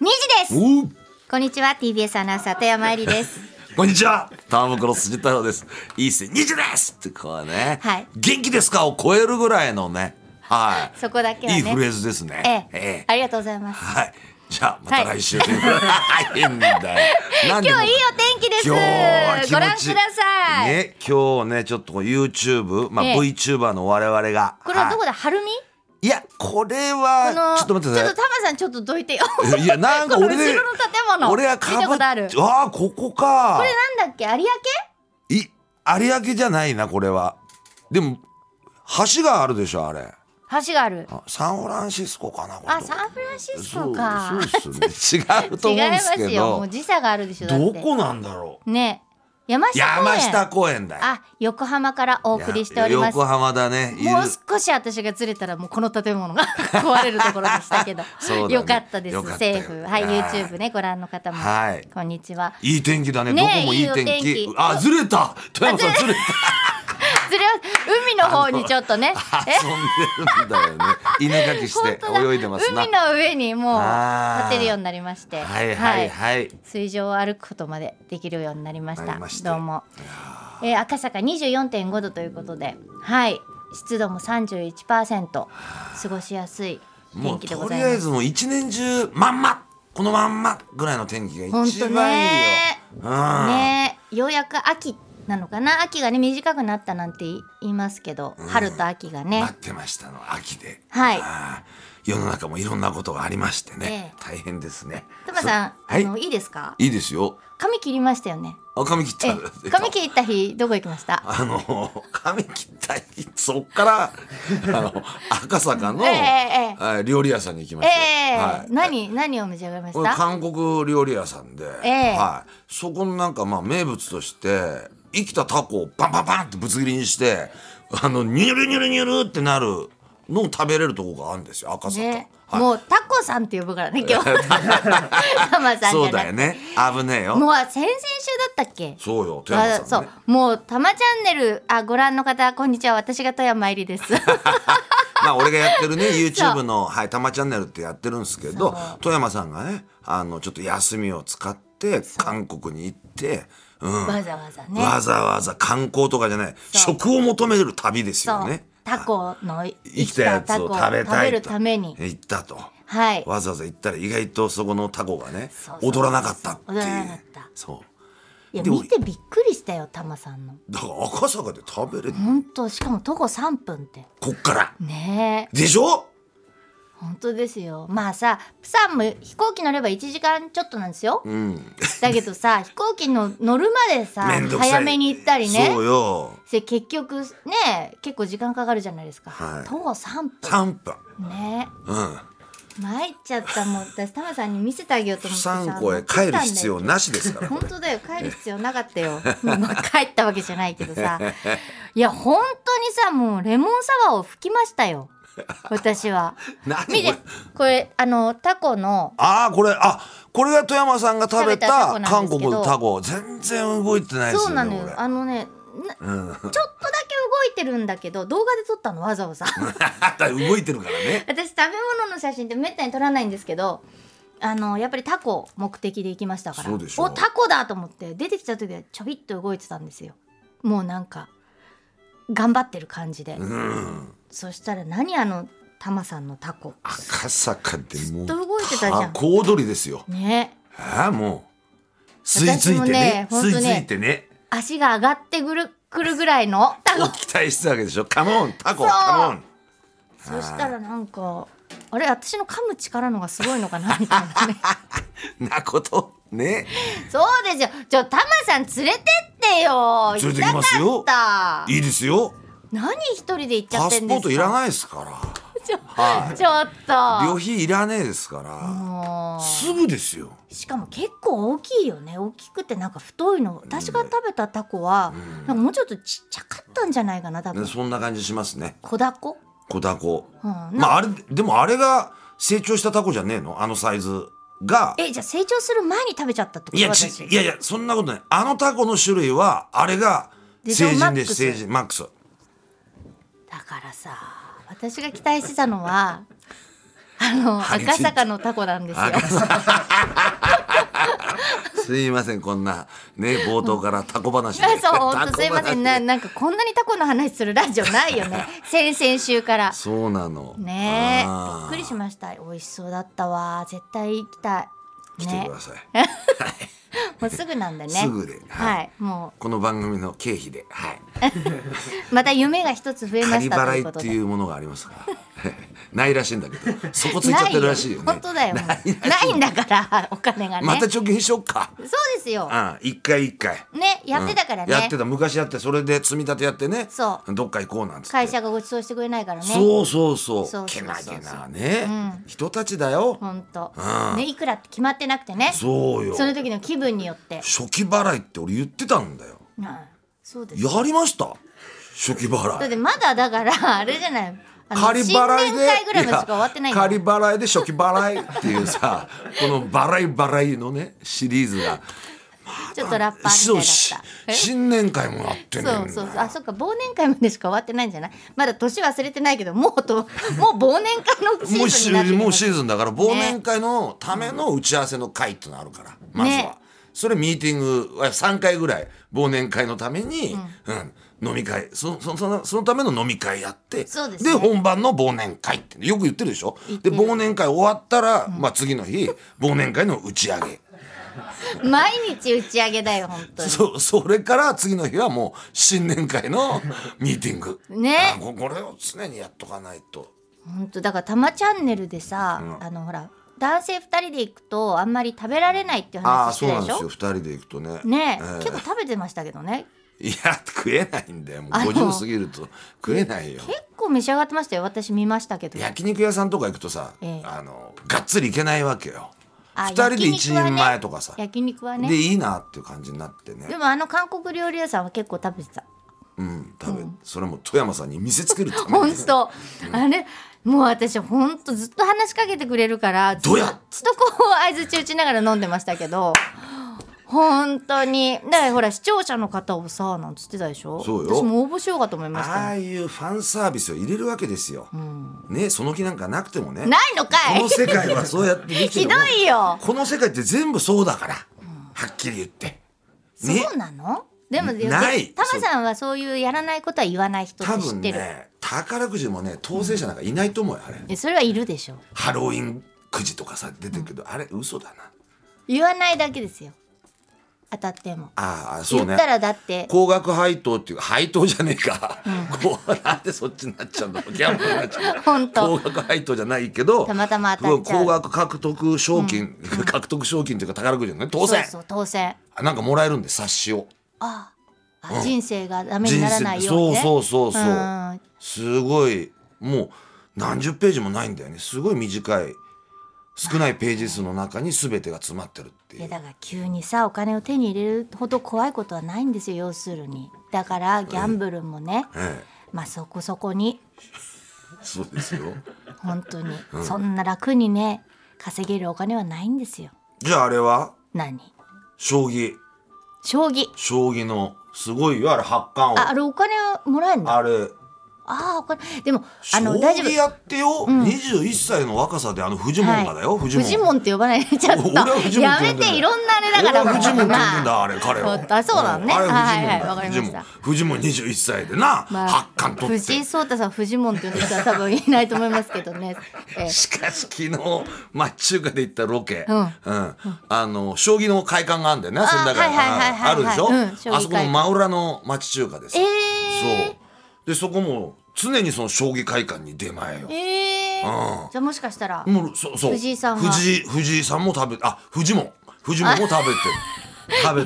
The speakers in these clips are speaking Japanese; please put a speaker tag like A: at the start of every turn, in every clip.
A: です
B: おう
A: こんにちは TBS アナウンサー富山えりです
B: こんにちは。タームクロス辻太郎です。いいっすね。20ですってこうね、
A: はい
B: 元気ですかを超えるぐらいのね。はい。
A: そこだけは
B: い
A: ね
B: いフレーズですね。
A: ええ
B: え
A: ありがとうございます
B: はい。じゃあ、また来週ということで。はい、 変だよ。今
A: 今日いいお天気です
B: 今日は気持ち
A: ご覧ください、
B: ね、今日ね、ちょっとこう YouTube、まあ、
A: ええ
B: VTuber の我々が。
A: これはどこ
B: い、
A: だ晴海
B: いや、これ
A: この
B: は、ちょっと待ってくだ
A: ちょっと
B: さ
A: タマさんちょっとどいてよ
B: い。いや、なんか俺で、
A: この後ろの建物
B: 俺はかぶ
A: 見たことある
B: ああ、ここか。
A: これなんだっけ有明
B: い有明じゃないなこれはでも橋があるでしょあれ
A: 橋がある
B: あサンフランシスコかなこれ
A: あサンフランシス
B: そ
A: コ
B: う
A: か
B: そうっすね違うと
A: 違い
B: 思うん
A: ま
B: です
A: す
B: け
A: よも
B: ど
A: う時差があるでしょだって
B: どこなんだろ
A: ね山
B: う
A: 下公園
B: 山下公園だよ
A: あ横浜からお
B: いや
A: 送りしております
B: 横浜だねいる
A: もう少し私がずれたらもうこの建物が 壊れるところでしたけど、
B: そうだね
A: よかったです
B: よかったよ
A: セーフはい
B: はい
A: YouTube ねご覧の方も、
B: はい
A: こんにちはい
B: い天気だね
A: ね
B: ど
A: え
B: こもいい天気
A: いいお天気
B: あずれた富山さんずれた
A: それは海の方にちょっとね え
B: 遊んでるんだ よね稲かきして
A: 本当だ
B: 泳いでますな
A: 海の上にもう
B: あー
A: 立てるようになりまして
B: はいはいはい
A: 水上を歩くことまでできるようになりまし
B: な
A: た
B: りまして
A: どうも、えー、赤坂24.5度ということではい湿度も31%過ごしやすい
B: も
A: 天
B: う
A: 気でご
B: と
A: ざ
B: り
A: い
B: あ
A: ま
B: え
A: す
B: ずもう一年中まんまこのまんまぐらいの天気が
A: 本
B: 一
A: 当
B: 番いいよ
A: ね。
B: うん
A: ねようやく秋なのかな秋がね短くなったなんて言いますけど、春と秋がね
B: 待ってましたの秋で、
A: はい
B: あー世の中もいろんなことがありましてね、
A: ええ
B: 大変ですね
A: トマさん、
B: そうはい
A: あのいいですか
B: いいですよ
A: 髪切りましたよ ね
B: あ髪切った
A: え髪切った日どこ行きました
B: あの髪切った日そっからあの赤坂の、
A: ええええ
B: あ料理屋さんに行きま
A: え
B: した、
A: え
B: はい
A: 何何を召し上がりまし
B: これ
A: た
B: 韓国料理屋さんで、
A: ええ
B: はい、そこのなんかまあ名物として生きたタコをバンバンバンってぶつ切りにしてあのニュルニュルニュルってなるのを食べれるとこがあるんですよ赤坂、
A: ね、
B: はい
A: もうタコさんって呼ぶから ね今日タマさんじゃなくて
B: そうだよね危ねえよ
A: もう先々週だったっけ
B: そうよ富
A: あ
B: 山
A: そ
B: さん
A: う
B: ね
A: もう「たまチャンネル」あご覧の方こんにちは私が富山えりです
B: まあ俺がやってる ね YouTube の「はいたまチャンネル」ってやってるんですけど富山さんがねあのちょっと休みを使って韓国に行ってうん
A: わざわざね
B: わざわざ観光とかじゃない
A: そう
B: 食を求める旅です
A: そ
B: よ
A: う
B: ね
A: タコの生
B: 生きたやつを食べ
A: 食
B: た
A: べ
B: い
A: る
B: と
A: ために
B: 行ったと
A: はい
B: わざわざ行ったら意外とそこのタコがね
A: そうそう
B: 踊らなかったっていう
A: 踊らなかった
B: そう
A: いや
B: でも
A: 見てびっくりしたよタマさんの
B: だから赤坂で食べれる
A: 本当しかも徒歩3分って
B: こっから
A: ねえ
B: でしょ
A: 本当ですよまあさプサンも飛行機乗れば1時間ちょっとなんですよ、
B: うん
A: だけどさ飛行機の乗るまでさ
B: めんどくさい
A: 早めに行ったりね
B: そうよ
A: で結局ね結構時間かかるじゃないですか、
B: はい
A: 徒歩3
B: 3分
A: 分ね
B: うん
A: 参っちゃったもん私タマさんに見せてあげようと思ってさ
B: 三個へ帰る必要なしですから
A: 本当だよ帰る必要なかったよ まあ帰ったわけじゃないけどさいや本当にさもうレモンサワーを吹きましたよ私は
B: 何 こ
A: 見て
B: れ
A: これあのタコの
B: ああこれあこれが富山さんが食べた
A: 食べたタコなん
B: 韓
A: ですけ
B: 国
A: ど
B: のタコ全然動いてないですよ
A: そ
B: ね
A: うなのよ
B: これ
A: あのねなちょっとだ
B: うん
A: け動いてるんだけど動画で撮ったのわざわざ
B: だから動いてるからね
A: 私食べ物の写真ってめったに撮らないんですけどあのやっぱりタコ目的で行きましたから
B: そうでしょ
A: おタコだと思って出てきた時はちょびっと動いてたんですよもうなんか頑張ってる感じで、
B: うん
A: そしたら何あのタマさんのタコ
B: 赤坂でもう
A: ずっと動いてたじゃん
B: タコ踊りですよ
A: ね
B: ああもう吸い付いてね
A: 私も
B: 吸
A: ね
B: い付いてね
A: 足が上がってくるくるぐらいのタ
B: を
A: コ
B: 期待してたわけでしょカモンタコ
A: そう
B: カモン
A: そしたらなんかあれ私の噛む力のがすごいのかなみたい なね
B: なことね
A: そうですよちょタマさん連れてってよ
B: 連れてきますよ
A: 行きたかった
B: いいですよ
A: 何一人で行っちゃ
B: パ
A: って
B: ス
A: ん
B: ポー
A: ですか
B: トいらないですから
A: ちょ
B: は
A: ちょっ
B: 旅
A: と
B: 費いらねえですから
A: も
B: すぐですよ
A: うしかも結構大きいよね大きくてなんか太いの私が食べたタコは、なんかもうちょっとちっちゃかったんじゃないかな多
B: ね
A: 分
B: そんな感じしますね
A: 小ダコ
B: 小タコ、
A: うん
B: まああれでもあれが成長したタコじゃねえのあのサイズが
A: えじゃあ成長する前に食べちゃったってこと
B: いやち
A: 私
B: いやいやそんなことないあのタコの種類はあれが
A: でしょ
B: 成人で
A: マック
B: す
A: ス
B: 成人マックス
A: だからさ私が期待してたのはああの
B: 張り付い
A: 赤
B: て
A: 坂のタコなんですよ。
B: すいませんこんなね 冒頭からタコ話で
A: そう本当すいませんな
B: ね
A: なんかこんなにタコの話するラジオないよ ね先々週から
B: そうなの
A: ねえびっ
B: あー
A: くりしました美味しそうだったわ絶対行きたい
B: 来て
A: ね
B: ください、
A: もうすぐなんでね
B: すぐで
A: はい、
B: はい
A: も
B: この番組の経費ではいう
A: また夢が一つ増えま
B: 仮
A: したと
B: 払
A: い
B: いう
A: こ
B: っ
A: と
B: て
A: で
B: いうものがありますから ないらしいんだけどそこついちゃってるらしいよね
A: 本当だよも う
B: な
A: ない
B: い
A: んだからお金がね、
B: また貯金しよっか
A: そうですよ
B: ああ一回一回
A: ねやってたからね、
B: やってた昔やってそれで積み立てやってね
A: そ
B: どっか行こうなんつって
A: 会社がご馳走してくれないからね
B: そうそうそう
A: そうそうそう
B: けなげなね、人たちだよ、
A: 本当
B: うん
A: ねいくらって決まってなくてね
B: そうよ
A: その時の気分によって
B: 初期払いって俺言ってたんだよ
A: うんそうです
B: やりました初期
A: だっ
B: 払い
A: てまだだからあれじゃないあの
B: 仮払い
A: 新
B: で
A: 年会ぐらいまでしか終わってないん
B: い
A: だ
B: や
A: よ
B: 仮払いで初期払いっていうさ この払い払いのねシリーズが
A: ちょっとラッパー
B: そう
A: み
B: した
A: いだったえ
B: 新年会もやってんねん
A: そ
B: な
A: うそうそうあそっか忘年会までしか終わってないんじゃないまだ年忘れてないけども うともう忘年会のシ
B: もう
A: ーズンになって
B: し
A: き
B: もう
A: ま
B: シ
A: す
B: ーズンだから忘年会のための打ち合わせの会ってのあるから、まずは、
A: ね
B: それミーティングは3回ぐらい忘年会のために、うん飲み会そそそのそのための飲み会やって
A: そうですね
B: 本番の忘年会ってよく言ってるでしょで忘年会終わったら、まあ、次の日忘年会の打ち上げ
A: 毎日打ち上げだよ本当に
B: そそれから次の日はもう新年会 のミーティング、
A: ね
B: あここれを常にやっとかないと。
A: 本当だから「たまチャンネル」でさ、あのほら男性2人で行くとあんまり食べられないっていう
B: ああ
A: 話し
B: そ
A: て
B: う
A: た
B: なんで
A: でし
B: すよ
A: ょ
B: 2人で行くとね
A: ねえ、
B: ええ
A: 結構食べてましたけどね
B: いや食えないんだよもう
A: あの
B: 50過ぎると食えないよ
A: 結構召し上がってましたよ私見ましたけど
B: 焼肉屋さんとか行くとさ、
A: ええ
B: あのがっつりいけないわけよ
A: あ
B: 2人で1
A: 焼肉はね
B: 人前とかさ、
A: 焼肉はね
B: でいいなっていう感じになってね
A: でもあの韓国料理屋さんは結構食べてた
B: うん食べ、それも富山さんに見せつけるため
A: 本
B: に
A: 当、あれもう私本当ずっと話しかけてくれるからずっ
B: どや
A: とこう相槌打ちながら飲んでましたけど本当にだからほら視聴者の方をさなんつってたでしょ
B: そうよ
A: 私も応募しようかと思いました
B: あ
A: よ
B: あいうファンサービスを入れるわけですよ、ねその気なんかなくてもね
A: ないのか
B: こ
A: い
B: の世界はそうやってできて
A: ひ
B: る
A: どいよ
B: この世界って全部そうだから、はっきり言ってね
A: そうなのでも
B: ない
A: タマさんはそういうやらないことは言わない人っ
B: 多
A: て知っ
B: 分
A: てる、
B: ね宝くじもね当選者なんかいないと思うよあれ
A: いやそれはいるでしょ
B: ハロウィンくじとかさ出てるけど、あれ嘘だな
A: 言わないだけですよ当たっても
B: ああそう
A: 言
B: ね
A: ったらだって
B: 高額配当っていう配当じゃねえか、こうなんでそっちになっちゃうんだろうギャンブルになっち ゃう
A: 本当
B: 高額配当じゃないけど
A: たまたま当たっちゃう
B: 高額獲得賞金、 獲得賞金というか宝くじのね当選
A: そうそう当選
B: あなんかもらえるんで冊子を
A: ああ、人生がダメにならないように
B: そう
A: ね
B: そうそうそう、
A: ん
B: すごいもう何十ページもないんだよねすごい短い少ないページ数の中に全てが詰まってるって
A: い
B: い
A: や
B: う
A: だから急にさお金を手に入れるほど怖いことはないんですよ要するにだからギャンブルもね、
B: え
A: まあそこそこに
B: えそうですよ
A: 本当に、そんな楽にね稼げるお金はないんですよ
B: じゃああれは
A: 何
B: 将棋
A: 将棋
B: 将棋のすごいよあれ八冠王
A: ああ
B: あ
A: れお金もらえんのあ
B: れ
A: あお金でもあ
B: 将
A: の大丈
B: 棋
A: 夫
B: やってよ、21歳の若さであのフジモンがだよ、フジモン
A: フジモンって呼ばない でちょっ
B: 俺はフジ
A: と
B: モンっ
A: や
B: て呼
A: め
B: んでる
A: ていろんなあれだから
B: 俺はフジモンって呼んでん
A: な
B: だあれ彼ら
A: あそうなのね
B: あれフジモンだ
A: はいはいわかりました
B: フジモンフジモン21歳でな、
A: まあ
B: 八冠取って
A: 藤井聡太さんフジモンって呼んでる人は多分いないと思いますけど ね、ええ
B: しかし昨日町中華で行ったロケ、
A: うん
B: あの将棋の会館があるんだよね仙台
A: はいはいはい
B: あ
A: はい
B: るでしょ、
A: うん将棋会館
B: あそこの真裏の町中華です、
A: え
B: そうでそこも常にその将棋会館に出前よ
A: ー、、えーじゃあもしかしたら
B: もうそそう
A: 藤井さんは
B: 藤井藤井さんも食べあ藤本藤本も食 べてる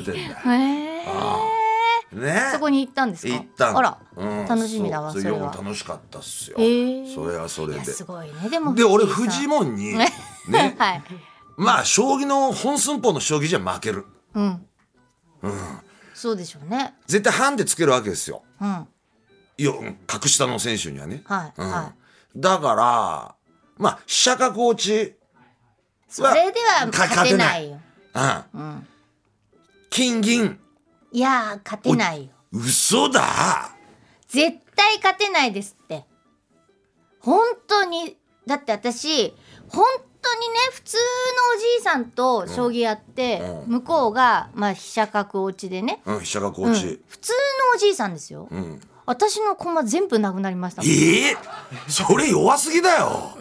B: 食べてんだ
A: えー、
B: よね
A: そこに行ったんですか
B: 行ったの
A: あら、
B: うん
A: 楽しみだわそうれ
B: よ
A: は
B: く楽しかったっすよ、
A: えー
B: それはそれで
A: いやすごいねでも
B: で俺
A: 藤井さん
B: 藤本にね
A: はい
B: まあ将棋の本寸法の将棋じゃ負ける
A: うん、そうでしょうね
B: 絶対ハンでつけるわけですよ
A: うんはい
B: ようん格下の選手にはね、うん
A: はい
B: だからまあ飛車か高知、
A: それでは勝てないよ
B: うん金銀
A: いやー勝てないよ
B: 嘘だ
A: 絶対勝てないですって本当にだって私本当にね普通のおじいさんと将棋やって、
B: うん
A: 向こうが、まあ、飛車角落ちでね、
B: うん飛車がこ
A: うん
B: う
A: 普
B: ち
A: 通のおじいさんですよ、
B: うん
A: 私の駒全部なくなりましたもん
B: ええそれ弱すぎだよ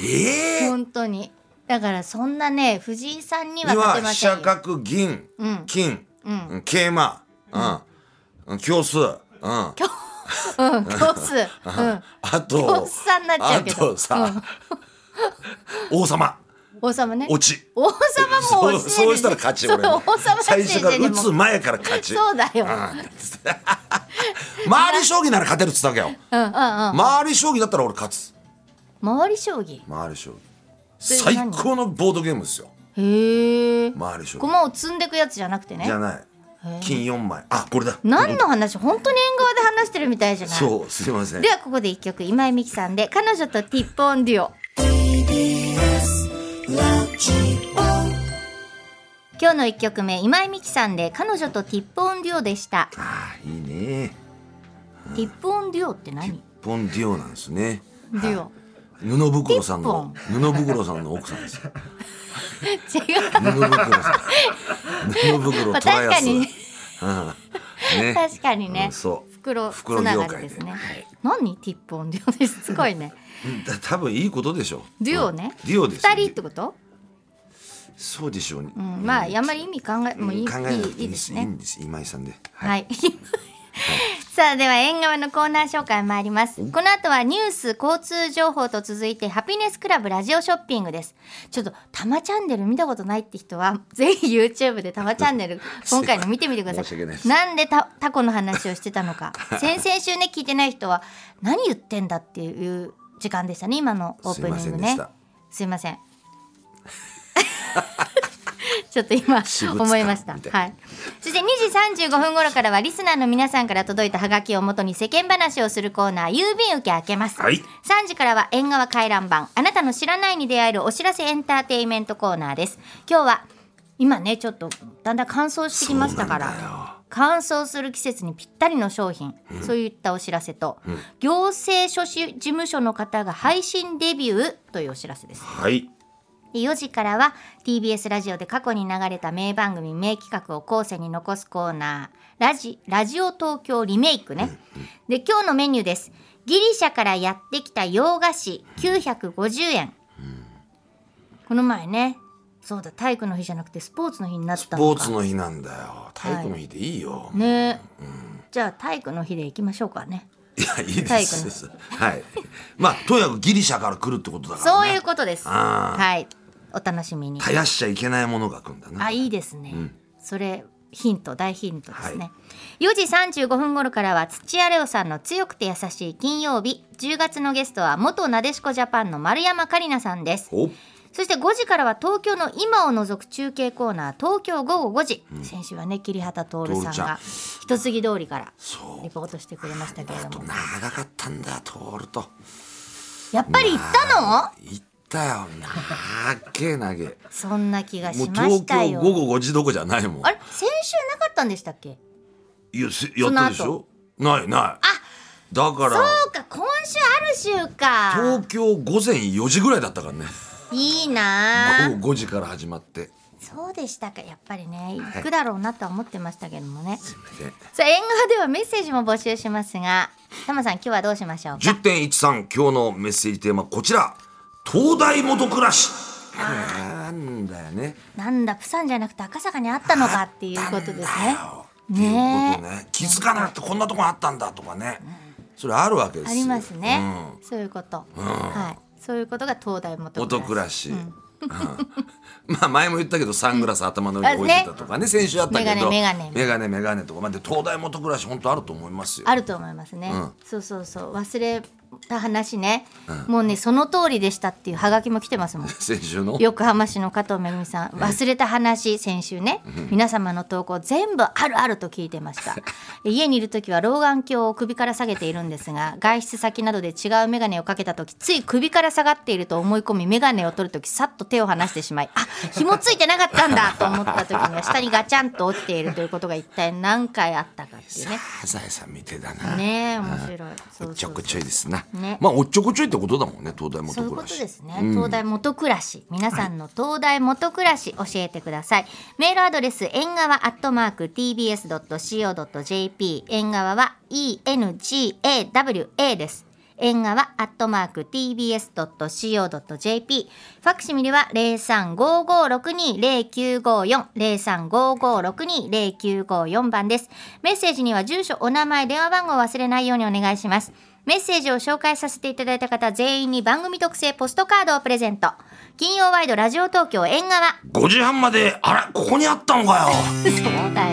B: ええ
A: 本当にだからそんなね藤井さんには
B: に
A: 勝て
B: は
A: ま
B: 飛
A: せん
B: 車
A: よ
B: 角銀、
A: うん
B: 金、
A: うん
B: うん桂馬うん、うん、競数うん
A: うん教数うん
B: あ
A: 競
B: と
A: 数さんになっちゃうけど
B: あとさ、王様
A: 王様ね
B: 落ち
A: 王様も
B: そう
A: 落ち
B: そうしたら勝ち俺
A: そう王様
B: 最初から打
A: 落ち
B: つ
A: てる
B: 前から勝ち
A: そうだよ
B: うん回り将棋なら勝てるっつったわけよ
A: うんうんうん
B: 回り将棋だったら俺勝つ
A: 回り将棋
B: 回り将棋
A: それ
B: 最
A: 何
B: 高のボードゲームですよ
A: へえ
B: 回り将棋
A: 駒を積んでくやつじゃなくてね
B: じゃない
A: へえ
B: 金4枚あこれだ
A: 何の話本当に縁側で話してるみたいじゃない
B: そうすいません
A: ではここで一曲今井美樹さんで彼女とティップオンデュオ今日の一曲目今井美樹さんで彼女とティップオンデュオでした
B: ああいいね
A: ティップオンデュオって何
B: ポンデュオなんですね
A: デュオ
B: 布袋さんの布袋さんの奥さんですよ
A: 違う
B: 布袋さ ん布袋トライアス
A: 確
B: うんね
A: 確かに
B: う
A: ね
B: んそう
A: 袋つ
B: 袋
A: な
B: 業
A: がり
B: 界
A: で
B: です
A: ね何ティップオンデュオですすごいね
B: うんだ多分いいことでしょう
A: デュオね
B: うんデュオです
A: 二人ってこと
B: そうでしょうね
A: うんまああんまり意味考えもういいい
B: 考えなくてい
A: いいい
B: いん
A: で
B: ですす
A: ね
B: いいんです今井さんではい
A: はい。さあでは縁側のコーナー紹介参りますこの後はニュース交通情報と続いてハピネスクラブラジオショッピングですちょっと「たまチャンネル」見たことないって人は ぜひ YouTube で「たまチャ ンネル」今回の見てみてください
B: 申し訳ないです
A: なんでたタコの話をしてたの か先々週ね聞いてない人は何言ってんだっていう時間でしたね今のオープニングねすいません ちょっと今
B: 私物感
A: 思いました
B: みたい
A: はいそして2時35分頃からはリスナーの皆さんから届いたハガキをもとに世間話をするコーナー郵便受け開けます、
B: はい
A: 3時からは縁側回覧版あなたの知らないに出会えるお知らせエンターテインメントコーナーです今日は今ねちょっとだんだん乾燥してきましたか
B: そうなんだよ
A: ら乾燥する季節にぴったりの商品、そういったお知らせと、行政書士事務所の方が配信デビューというお知らせです
B: はい
A: で4時からは TBS ラジオで過去に流れた名番組名企画を後世に残すコーナーラジラジオ東京リメイクねで今日のメニューですギリシャからやってきた洋菓子950円この前ねそうだ体育の日じゃなくてスポーツの日になった
B: スポ
A: の
B: ー
A: か
B: ツの日なんだよ体育の日でいいよ、
A: ね、じゃあ体育の日でいきましょうかね
B: い、やいい
A: 体
B: で
A: 育の
B: すはいまあとにかくギリシャから来るってことだから、
A: そう
B: ね、
A: いうことです
B: あー
A: はいお楽しみに
B: 絶やしちゃいけないものが来るんだな
A: あいいですね、それヒント大ヒントですね、
B: は
A: 4時35分頃からは土屋レオさんの強くて優しい金曜日10月のゲストは元なでしこジャパンの丸山桂里奈さんです
B: お
A: そして5時からは東京の今を除く中継コーナー東京午後5時、先週はね桐畑徹さん
B: 徹ちゃ
A: が
B: ん
A: 一杉通りから
B: そう
A: リポートしてくれましたけれ
B: あ
A: ど
B: と
A: も
B: 長かったんだ通ると
A: やっぱり行ったの
B: 行ったよなっけなげ
A: そんな気が
B: もう
A: しま
B: 東
A: した
B: 京
A: よ
B: 午後5時どこじゃないもん
A: あれ先週なかったんでしたっけ
B: いやせやったでしょないないだか
A: そ
B: ら
A: うか今週ある週か
B: 東京午前4時ぐらいだったからね
A: いいなあ
B: 午後5時から始まって
A: そうでしたかやっぱりね行くだろうなとは思ってましたけどもね、
B: すいません
A: さあ縁側ではメッセージも募集しますがタマさん今日はどうしましょうか
B: 10.13今日のメッセージテーマこちら東大元暮らしなんだよね
A: なんだプサンじゃなくて赤坂にあったのかっていうことで
B: っ
A: すね
B: ていうこと
A: ね
B: ね気づかなかったこんなとこあったんだとかねそれあるわけです
A: あ
B: よ
A: りますね、そういうこと、はいそういうことが東大元
B: うん元暮ら
A: し
B: しうん まあ前も言ったけどサングラス頭の上に置いてたとかね先週あったけど
A: メガネメガネ
B: メガネメガネとかまあで東大元暮らし本当あると思いますよ
A: あると思いますね、
B: うん
A: そうそうそう忘れた話ね、もうねその通りでしたっていうハガキも来てますもん
B: 先週の
A: 横浜市の加藤めぐみさん忘れた話先週ね皆様の投稿全部あるあると聞いてました家にいる時は老眼鏡を首から下げているんですが外出先などで違う眼鏡をかけた時つい首から下がっていると思い込み眼鏡を取る時さっと手を離してしまいあ紐ついてなかったんだと思った時には下にガチャンと落ちているということが一体何回あったかっていうね
B: サザエさん見てだな
A: ねえ面白いそうそうそう
B: ちょくちょいですなね
A: ね
B: まあおっちょこちょいってことだもんね東大元暮らし
A: そういうことですね、東大元暮らし皆さんの東大元暮らし教えてください、メールアドレス縁側アットマーク tbs.co.jp 縁側は engawa です縁側アットマーク tbs.co.jp ファクシミリは0355620954 0355620954番ですメッセージには住所お名前電話番号を忘れないようにお願いしますメッセージを紹介させていただいた方全員に番組特製ポストカードをプレゼント金曜ワイドラジオ東京縁側
B: 5時半まであらここにあったのかよ
A: そうだ